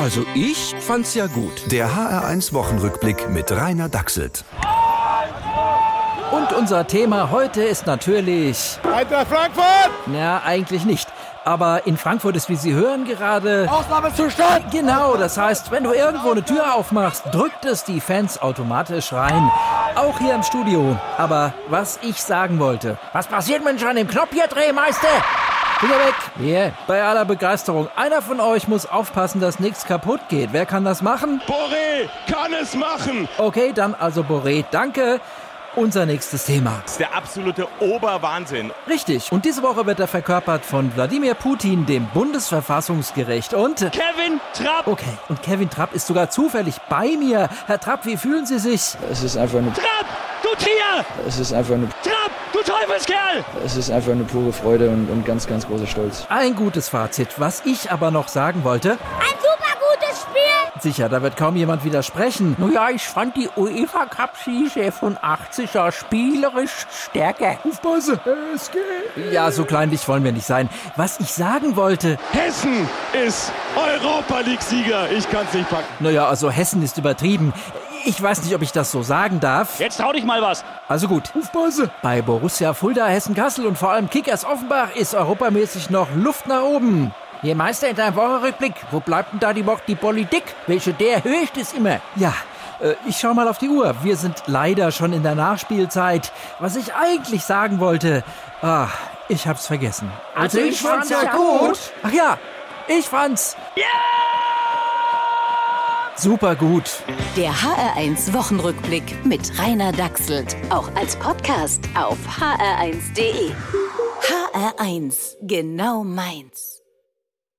Also ich fand's ja gut. Der HR1-Wochenrückblick mit Rainer Dachselt. Und unser Thema heute ist natürlich... Eintracht Frankfurt! Na, eigentlich nicht. Aber in Frankfurt ist, wie Sie hören, gerade... Ausnahmezustand! Genau, das heißt, wenn du irgendwo eine Tür aufmachst, drückt es die Fans automatisch rein. Auch hier im Studio. Aber was ich sagen wollte. Was passiert, wenn ich an dem Knopf hier drehe, Meister? Finger weg! Hier. Bei aller Begeisterung. Einer von euch muss aufpassen, dass nichts kaputt geht. Wer kann das machen? Boré kann es machen. Okay, dann also Boré. Danke. Unser nächstes Thema. Das ist der absolute Oberwahnsinn. Richtig. Und diese Woche wird er verkörpert von Wladimir Putin, dem Bundesverfassungsgericht. Und. Kevin Trapp. Okay, und Kevin Trapp ist sogar zufällig bei mir. Herr Trapp, wie fühlen Sie sich? Es ist einfach eine, Trapp, du Tier. es ist einfach eine, Trapp, du Teufelskerl. es ist einfach eine pure Freude und, und ganz, ganz großer Stolz. Ein gutes Fazit. Was ich aber noch sagen wollte. Ein super gutes Spiel. Sicher, da wird kaum jemand widersprechen. Naja, ich fand die UEFA Cup Siege von 80er spielerisch stärker. Aufpasse, es geht. Ja, so kleinlich wollen wir nicht sein. Was ich sagen wollte. Hessen ist Europa League-Sieger. Ich kann's nicht packen. Naja, also Hessen ist übertrieben. Ich weiß nicht, ob ich das so sagen darf. Jetzt trau dich mal was. Also gut. Aufpasse. Bei Borussia Fulda, Hessen-Kassel und vor allem Kickers Offenbach ist europamäßig noch Luft nach oben. Ihr Meister in deinem Wochenrückblick, wo bleibt denn da die, Mo- die Politik? Welche der höchst ist immer? Ja, äh, ich schau mal auf die Uhr. Wir sind leider schon in der Nachspielzeit. Was ich eigentlich sagen wollte, ah, ich hab's vergessen. Also ich fand's ja gut. Ach ja, ich fand's. Super gut. Der HR1 Wochenrückblick mit Rainer Dachselt. Auch als Podcast auf hr1.de. HR1, genau meins.